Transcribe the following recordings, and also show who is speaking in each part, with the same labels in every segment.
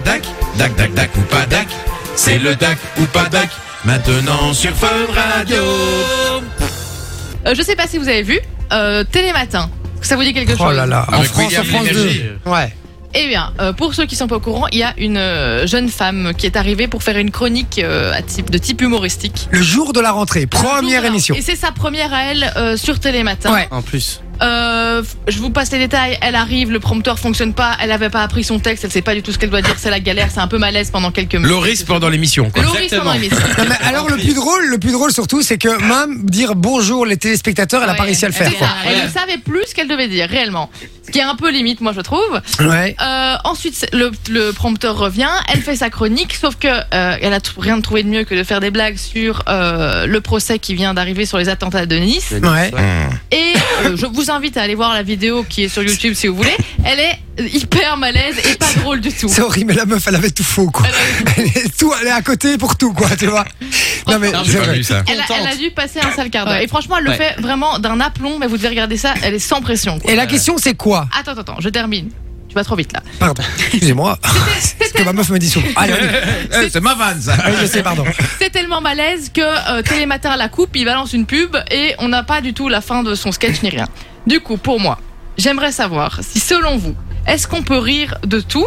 Speaker 1: Dac, dac, dac ou pas dac. C'est le dac ou pas dac. Maintenant sur Fun Radio.
Speaker 2: Euh, je sais pas si vous avez vu, euh, Télématin. Ça vous dit quelque
Speaker 3: Oh
Speaker 2: chose
Speaker 3: là là, en
Speaker 1: Avec
Speaker 3: France,
Speaker 1: William
Speaker 3: en France
Speaker 1: Lémergie.
Speaker 3: 2. Ouais.
Speaker 2: Eh bien, euh, pour ceux qui sont pas au courant, il y a une euh, jeune femme qui est arrivée pour faire une chronique euh, à type, de type humoristique.
Speaker 3: Le jour de la rentrée, première
Speaker 2: Voilà.
Speaker 3: émission.
Speaker 2: Et c'est sa première à elle euh, sur Télématin.
Speaker 3: Ouais.
Speaker 4: En plus.
Speaker 2: Euh, f- je vous passe les détails. Elle arrive, le prompteur fonctionne pas, elle avait pas appris son texte, elle sait pas du tout ce qu'elle doit dire, c'est la galère, c'est un peu malaise pendant quelques minutes.
Speaker 1: Loris pendant l'émission, quoi.
Speaker 2: Loris pendant l'émission.
Speaker 3: Non, mais alors le plus drôle, le plus drôle surtout, c'est que même dire bonjour les téléspectateurs, elle a pas
Speaker 2: Ouais.
Speaker 3: réussi à le
Speaker 2: C'est
Speaker 3: faire.
Speaker 2: ça,
Speaker 3: Quoi.
Speaker 2: Elle ne savait plus ce qu'elle devait dire réellement. Ce qui est un peu limite, moi je trouve.
Speaker 3: Ouais.
Speaker 2: Euh, ensuite, c'est- le, le prompteur revient, elle fait sa chronique, sauf que euh, elle a t- rien trouvé de mieux que de faire des blagues sur euh, le procès qui vient d'arriver sur les attentats de Nice.
Speaker 3: Ouais.
Speaker 2: Et euh, je vous invite à aller voir la vidéo qui est sur YouTube si vous voulez. Elle est hyper malaise et pas drôle du tout.
Speaker 3: C'est horrible, mais la meuf, elle avait tout faux, quoi. Elle est tout, elle est à côté pour tout, quoi, tu vois. Non, mais
Speaker 1: J'ai
Speaker 3: c'est
Speaker 1: pas
Speaker 3: vrai.
Speaker 1: vu ça.
Speaker 2: Elle a, elle a dû passer un sale quart d'heure. Et franchement, elle le
Speaker 4: Ouais.
Speaker 2: fait vraiment d'un aplomb, mais vous devez regarder ça, elle est sans pression. quoi.
Speaker 3: Et la question, c'est quoi
Speaker 2: Attends, attends, je termine. Tu vas trop vite là.
Speaker 3: Pardon, excusez-moi. Parce que ma meuf me dit souvent. Allez, allez,
Speaker 1: Eh, C'est ma vanne, ça.
Speaker 3: allez, je sais, pardon.
Speaker 2: C'est tellement malaise que euh, Télématin à la coupe, il balance une pub et on n'a pas du tout la fin de son sketch ni rien. Du coup, pour moi, j'aimerais savoir si selon vous, est-ce qu'on peut rire de tout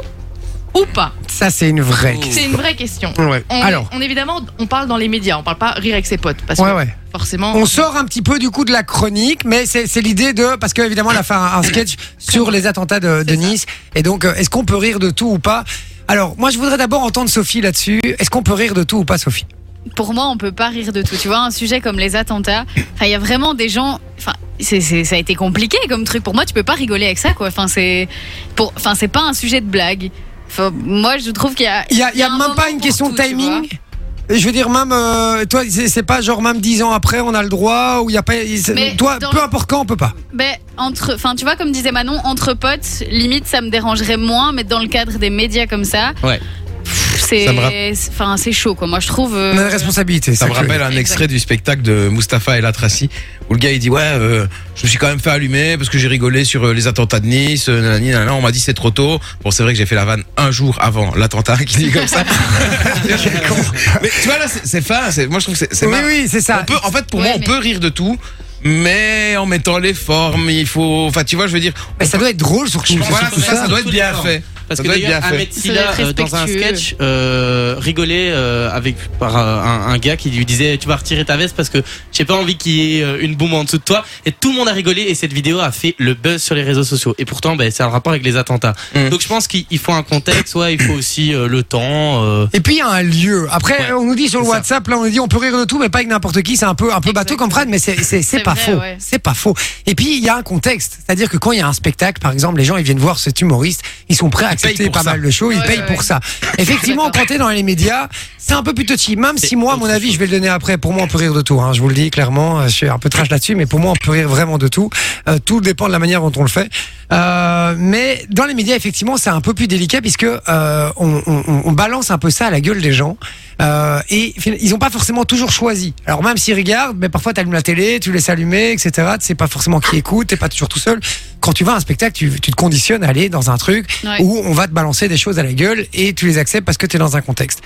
Speaker 2: ou pas
Speaker 3: Ça, c'est une vraie question.
Speaker 2: C'est une vraie question.
Speaker 3: Ouais.
Speaker 2: On,
Speaker 3: Alors,
Speaker 2: on- évidemment, on parle dans les médias, on parle pas rire avec ses potes parce
Speaker 3: ouais,
Speaker 2: que
Speaker 3: ouais.
Speaker 2: forcément.
Speaker 3: On sort un petit peu du coup de la chronique, mais c'est c'est l'idée de parce que évidemment elle a fait un, un sketch sur les attentats de, de
Speaker 2: C'est ça.
Speaker 3: Nice et donc euh, est-ce qu'on peut rire de tout ou pas Alors moi je voudrais d'abord entendre Sophie là-dessus. Est-ce qu'on peut rire de tout ou pas Sophie
Speaker 5: pour moi, on peut pas rire de tout. Tu vois, un sujet comme les attentats, enfin, il y a vraiment des gens. Enfin, c'est, c'est- ça a été compliqué comme truc. Pour moi, tu peux pas rigoler avec ça, quoi. Enfin, c'est, pour, enfin, c'est pas un sujet de blague. Enfin, moi, je trouve qu'il y a.
Speaker 3: Il y a, il y a
Speaker 5: un
Speaker 3: même
Speaker 5: moment
Speaker 3: pas une
Speaker 5: pour
Speaker 3: question
Speaker 5: tout,
Speaker 3: de
Speaker 5: tu vois.
Speaker 3: timing. Et Je veux dire même euh, toi c'est c'est pas genre même dix ans après on a le droit ou il y a pas c'est-
Speaker 5: Mais
Speaker 3: toi
Speaker 5: dans
Speaker 3: peu
Speaker 5: le-
Speaker 3: importe quand on peut pas.
Speaker 5: Ben, entre, enfin, tu vois, comme disait Manon, entre potes, limite, ça me dérangerait moins, mais dans le cadre des médias comme ça.
Speaker 4: Ouais.
Speaker 5: pff, C'est,
Speaker 1: Ça me
Speaker 5: c'est- enfin, c'est chaud, quoi. Moi, je trouve. euh,
Speaker 3: On a une responsabilité.
Speaker 1: Ça
Speaker 3: c'est
Speaker 1: me
Speaker 3: que-
Speaker 1: rappelle un extrait du spectacle de Mustapha El Atrassi où le gars il dit ouais euh, je me suis quand même fait allumer parce que j'ai rigolé sur euh, les attentats de Nice euh, nanani, nanana. on m'a dit c'est trop tôt bon c'est vrai que j'ai fait la vanne un jour avant l'attentat qui dit comme ça mais tu vois là c'est- c'est fin c'est- moi je trouve que c'est- c'est
Speaker 3: Oui
Speaker 1: marrant.
Speaker 3: oui c'est ça.
Speaker 1: On peut- en fait pour
Speaker 5: Ouais,
Speaker 1: moi on
Speaker 5: mais-
Speaker 1: peut rire de tout mais en mettant les formes il faut enfin tu vois je veux dire
Speaker 3: Mais ça doit être drôle surtout. c'est
Speaker 1: voilà
Speaker 3: surtout
Speaker 1: ça,
Speaker 3: ça.
Speaker 1: ça doit être
Speaker 4: Surtout les
Speaker 1: bien
Speaker 4: formes.
Speaker 1: fait
Speaker 4: Parce
Speaker 1: Ça
Speaker 4: que
Speaker 1: doit être
Speaker 4: d'ailleurs,
Speaker 1: bien fait.
Speaker 4: Ahmed
Speaker 5: Ça
Speaker 4: Silla,
Speaker 5: doit être
Speaker 4: euh, dans un
Speaker 5: respectueux.
Speaker 4: sketch, euh, rigolait euh, avec, par euh, un, un gars qui lui disait Tu vas retirer ta veste parce que j'ai pas envie qu'il y ait euh, une boum en dessous de toi. Et tout le monde a rigolé et cette vidéo a fait le buzz sur les réseaux sociaux. Et pourtant, ben, c'est un rapport avec les attentats.
Speaker 1: Mm.
Speaker 4: Donc je pense qu'il il faut un contexte, ouais, il faut aussi euh, le temps. euh,
Speaker 3: Et puis il y a un lieu. Après,
Speaker 4: Ouais,
Speaker 3: on nous dit sur le
Speaker 4: c'est ça.
Speaker 3: WhatsApp, là, on nous dit on peut rire de tout, mais pas avec n'importe qui. C'est un peu, un peu bateau comme Fran, mais c'est, c'est, c'est
Speaker 5: C'est
Speaker 3: pas
Speaker 5: vrai,
Speaker 3: faux.
Speaker 5: ouais.
Speaker 3: C'est pas faux. Et puis il y a un contexte, c'est-à-dire que quand il y a un spectacle, par exemple, les gens ils viennent voir cet humoriste, ils sont prêts à accepter
Speaker 1: pour
Speaker 3: pas
Speaker 1: ça.
Speaker 3: mal de shows, ils
Speaker 5: Ouais,
Speaker 3: payent
Speaker 5: ouais,
Speaker 3: pour
Speaker 5: ouais.
Speaker 3: ça. Effectivement,
Speaker 5: D'accord.
Speaker 3: quand t'es dans les médias, c'est un peu plus touchy. Même si
Speaker 4: C'est
Speaker 3: moi, à mon
Speaker 4: autre
Speaker 3: avis,
Speaker 4: chose.
Speaker 3: je vais le donner après. Pour moi, on peut rire de tout. hein. Je vous le dis clairement, euh, je suis un peu trash là-dessus, mais pour moi, on peut rire vraiment de tout. Euh, tout dépend de la manière dont on le fait. Euh, mais dans les médias, effectivement, c'est un peu plus délicat puisque euh, on, on- on- on balance un peu ça à la gueule des gens. Euh, et fin- ils n'ont pas forcément toujours choisi. Alors même s'ils regardent, mais parfois tu allumes la télé, tu laisses allumer, etc. Tu sais pas forcément qui écoute, t'es pas toujours tout seul. Quand tu vas à un spectacle, tu, tu te conditionnes à aller dans un truc
Speaker 5: Ouais.
Speaker 3: où on va te balancer des choses à la gueule et tu les acceptes parce que tu es dans un contexte.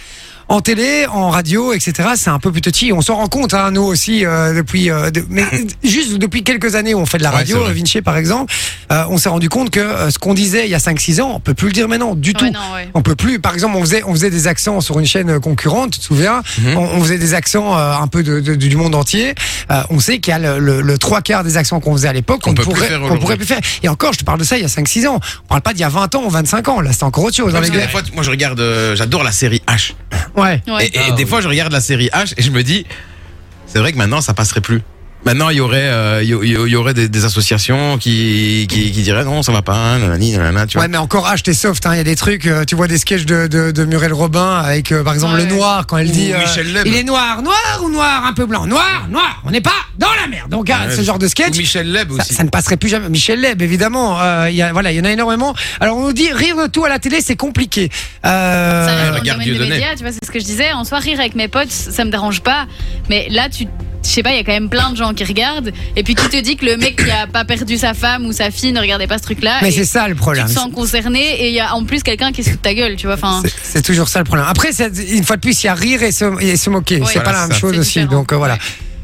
Speaker 3: En télé, en radio, etc., c'est un peu plus touchy. On s'en rend compte, hein, nous aussi, euh, depuis, euh, de- mais juste depuis quelques années où on fait de la
Speaker 1: Ouais,
Speaker 3: radio,
Speaker 1: c'est vrai.
Speaker 3: Vinci par exemple, euh, on s'est rendu compte que euh, ce qu'on disait il y a 5-6 ans, on peut plus le dire maintenant, du
Speaker 5: ouais,
Speaker 3: tout.
Speaker 5: non, ouais.
Speaker 3: On peut plus. Par exemple, on faisait, on faisait des accents sur une chaîne concurrente, tu te souviens
Speaker 1: Mhm.
Speaker 3: on, on faisait des accents euh, un peu de, de- du monde entier. Euh, on sait qu'il y a le, le- le trois quarts des accents qu'on faisait à l'époque
Speaker 1: Qu'on
Speaker 3: qu'on
Speaker 1: peut plus
Speaker 3: pourrait,
Speaker 1: faire
Speaker 3: qu'on
Speaker 1: aujourd'hui.
Speaker 3: pourrait plus faire. Et encore, je te parle de ça il y a 5-6 ans. On parle pas d'il y a 20 ans ou 25 ans. Là, c'est encore autre chose. hein,
Speaker 1: Parce
Speaker 3: les
Speaker 1: que
Speaker 3: gars.
Speaker 1: des fois, moi je regarde euh, j'adore la série H
Speaker 3: Ouais.
Speaker 5: Ouais.
Speaker 1: Et, et
Speaker 4: Ah,
Speaker 1: des
Speaker 4: oui.
Speaker 1: fois, je regarde la série H et je me dis, c'est vrai que maintenant, ça passerait plus. Maintenant, il y aurait, euh, il y, il y aurait des, des associations qui, qui, qui diraient non, ça va pas, nanani, nanana, tu vois.
Speaker 3: Ouais, mais encore acheter soft. hein. Il y a des trucs. euh, tu vois des sketchs de, de, de Muriel Robin avec, euh, par exemple,
Speaker 5: Ouais.
Speaker 3: le noir quand elle
Speaker 1: Ou
Speaker 3: dit. euh,
Speaker 1: Michel Leb.
Speaker 3: Il est noir, noir ou noir, un peu blanc, noir, noir. On n'est pas dans la merde. Donc, hein,
Speaker 1: Ouais.
Speaker 3: ce genre de
Speaker 1: Ou
Speaker 3: sketch.
Speaker 1: Michel Leb
Speaker 3: Ça,
Speaker 1: aussi.
Speaker 3: ça ne passerait plus jamais. Michel Leb, évidemment. Euh, il y a, voilà, il y en a énormément. Alors on nous dit rire de tout à la télé, c'est compliqué. Euh,
Speaker 5: Ça reste dans le
Speaker 1: regarde
Speaker 5: domaine des
Speaker 1: Dieudonné.
Speaker 5: médias, tu vois, c'est ce que je disais. En soi, rire avec mes potes, ça me dérange pas. Mais là, tu je sais pas, il y a quand même plein de gens qui regardent. Et puis qui te dit que le mec qui a pas perdu sa femme ou sa fille ne regardait pas ce truc-là.
Speaker 3: Mais
Speaker 5: et
Speaker 3: c'est ça le
Speaker 5: tu
Speaker 3: problème.
Speaker 5: te sens concerné et il y a en plus quelqu'un qui se fout de ta gueule, tu vois. Enfin,
Speaker 3: C'est- C'est toujours ça le problème. Après, c'est- une fois de plus, il y a rire et se, et se moquer.
Speaker 5: Ouais.
Speaker 3: c'est pas
Speaker 1: Voilà,
Speaker 3: la même
Speaker 1: ça.
Speaker 3: chose
Speaker 5: C'est
Speaker 3: aussi.
Speaker 5: différent.
Speaker 3: Donc euh, voilà.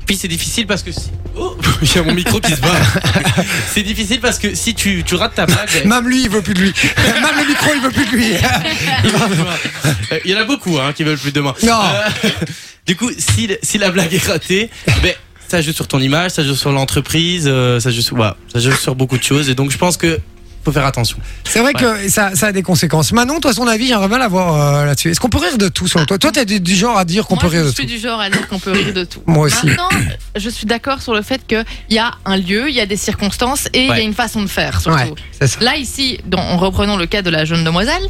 Speaker 4: Puis c'est difficile parce que si. Oh, il y a mon micro qui se bat. c'est difficile parce que si tu, tu rates ta blague.
Speaker 3: Même lui, il veut plus de lui. même le micro, il veut plus de lui.
Speaker 4: Euh, Il y en a beaucoup hein, qui veulent plus de moi.
Speaker 3: Non.
Speaker 4: Euh, du coup, si, si la blague est ratée, ben, ça joue sur ton image, ça joue sur l'entreprise, euh, ça, joue sur, voilà, ça joue sur beaucoup de choses. Et donc, je pense que faut faire attention.
Speaker 3: c'est vrai que ça, ça a des conséquences. Manon, toi, son avis, j'aimerais bien l'avoir euh, là-dessus. Est-ce qu'on peut rire de tout selon toi Toi, t'es du, du genre à dire qu'on
Speaker 2: Moi,
Speaker 3: peut rire
Speaker 2: je
Speaker 3: de
Speaker 2: suis
Speaker 3: tout.
Speaker 2: du genre à dire qu'on peut rire de tout.
Speaker 3: Moi aussi.
Speaker 2: Maintenant, je suis d'accord sur le fait qu'il y a un lieu, il y a des circonstances et il y
Speaker 4: Ouais.
Speaker 2: a une façon de faire, surtout.
Speaker 3: Ouais, c'est ça.
Speaker 2: Là, ici, dans- en reprenant le cas de la jeune demoiselle,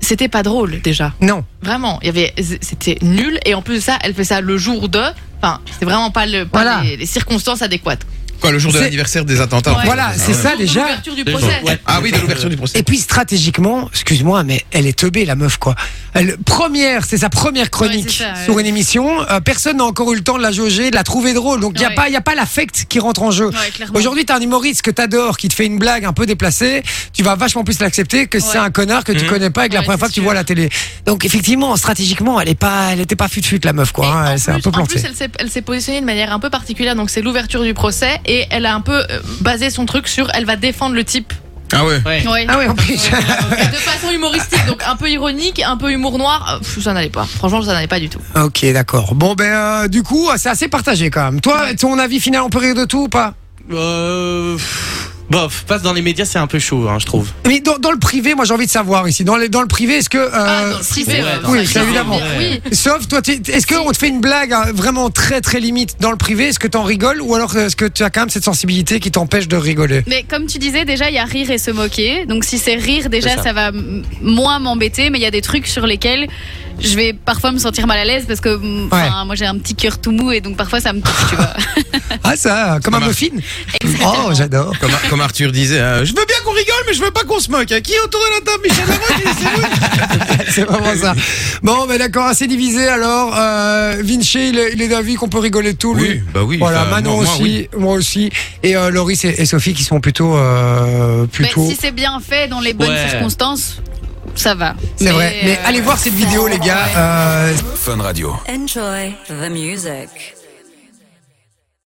Speaker 2: c'était pas drôle déjà.
Speaker 3: Non.
Speaker 2: Vraiment, il y avait, c'était nul. Et en plus de ça, elle fait ça le jour de. Enfin, c'était vraiment pas, le, pas
Speaker 3: Voilà.
Speaker 2: les, les circonstances adéquates.
Speaker 1: Quoi, le jour de
Speaker 3: C'est-
Speaker 1: l'anniversaire des attentats en
Speaker 2: Ouais.
Speaker 1: fait.
Speaker 3: Voilà, c'est ça
Speaker 2: Jour de
Speaker 3: déjà.
Speaker 2: l'ouverture du procès.
Speaker 4: Ouais.
Speaker 1: Ah oui, de l'ouverture du procès.
Speaker 3: Et puis stratégiquement, excuse-moi, mais elle est teubée la meuf quoi. Elle première, c'est sa première chronique
Speaker 5: Ouais, c'est ça, ouais.
Speaker 3: sur une émission. Euh, personne n'a encore eu le temps de la jauger, de la trouver drôle. Donc il y a
Speaker 5: Ouais.
Speaker 3: pas, il y a pas l'affect qui rentre en jeu.
Speaker 5: ouais, clairement.
Speaker 3: Aujourd'hui, t'as un humoriste que t'adores, qui te fait une blague un peu déplacée, tu vas vachement plus l'accepter que si
Speaker 5: Ouais.
Speaker 3: c'est un connard que tu
Speaker 4: Mhm.
Speaker 3: connais pas et que la
Speaker 2: Ouais, c'est
Speaker 3: première fois que tu
Speaker 2: sûr.
Speaker 3: vois à la télé. Donc effectivement, stratégiquement, elle est pas, elle était pas fut fut la meuf quoi.
Speaker 2: Et
Speaker 3: hein.
Speaker 2: en
Speaker 3: elle s'est un
Speaker 2: plus-
Speaker 3: peu plantée.
Speaker 2: En plus, elle s'est- elle s'est positionnée de manière un peu particulière. Donc, c'est l'ouverture du procès et elle a un peu euh, basé son truc sur elle va défendre le type
Speaker 1: Ah ouais.
Speaker 4: Ouais.
Speaker 5: Ouais.
Speaker 3: Ah oui, en plus.
Speaker 2: de façon humoristique. Donc, un peu ironique, un peu humour noir. Euh, pff, ça n'allait pas. Franchement, ça n'allait pas du tout.
Speaker 3: ok, d'accord. Bon ben euh, du coup, c'est assez partagé quand même. Toi, ton avis final, on peut rire de tout ou pas
Speaker 4: Euh, pff, bof, passe dans les médias, c'est un peu chaud, hein, je trouve.
Speaker 3: Mais dans, dans le privé, moi j'ai envie de savoir ici. Dans, les, dans le privé, est-ce que. euh,
Speaker 2: Ah, dans le privé,
Speaker 4: ouais,
Speaker 2: euh,
Speaker 4: dans
Speaker 2: ça,
Speaker 3: oui,
Speaker 2: je
Speaker 3: ça,
Speaker 2: sais
Speaker 3: évidemment.
Speaker 2: bien, Oui.
Speaker 3: Sauf, toi, t'es- est-ce qu'on te fait une blague hein, vraiment très très limite dans le privé Est-ce que t'en rigoles ou alors est-ce que tu as quand même cette sensibilité qui t'empêche de rigoler
Speaker 5: Mais comme tu disais, déjà, il y a rire et se moquer. Donc si c'est rire,
Speaker 4: C'est
Speaker 5: déjà,
Speaker 4: ça.
Speaker 5: ça. va m- moins m'embêter. Mais il y a des trucs sur lesquels je vais parfois me sentir mal à l'aise parce que mm, enfin, moi, j'ai un petit cœur tout mou et donc parfois ça me touche, tu vois.
Speaker 3: Ah, ça, comme un
Speaker 1: marche.
Speaker 3: muffin Oh, j'adore
Speaker 1: Comme, comme Arthur disait, euh, je veux bien qu'on rigole, mais je veux pas qu'on se moque. hein. Qui est autour de la table Michel Leroy, c'est vous
Speaker 3: C'est vraiment ça. Bon, mais d'accord, assez divisé alors. Euh, Vinci, il est, il est d'avis qu'on peut rigoler de tout, lui.
Speaker 1: Oui, bah oui.
Speaker 3: Voilà,
Speaker 1: enfin,
Speaker 3: Manon
Speaker 1: moi- moi,
Speaker 3: aussi,
Speaker 1: oui.
Speaker 3: moi aussi, et euh, Loris et, et Sophie qui sont plutôt,
Speaker 2: Bah,
Speaker 3: euh,
Speaker 5: Mais
Speaker 3: plutôt.
Speaker 5: si c'est bien fait dans les bonnes
Speaker 4: Ouais.
Speaker 5: circonstances, ça va.
Speaker 3: C'est Euh, vrai. Mais allez voir cette vidéo, les gars. Euh,
Speaker 6: Enjoy the music.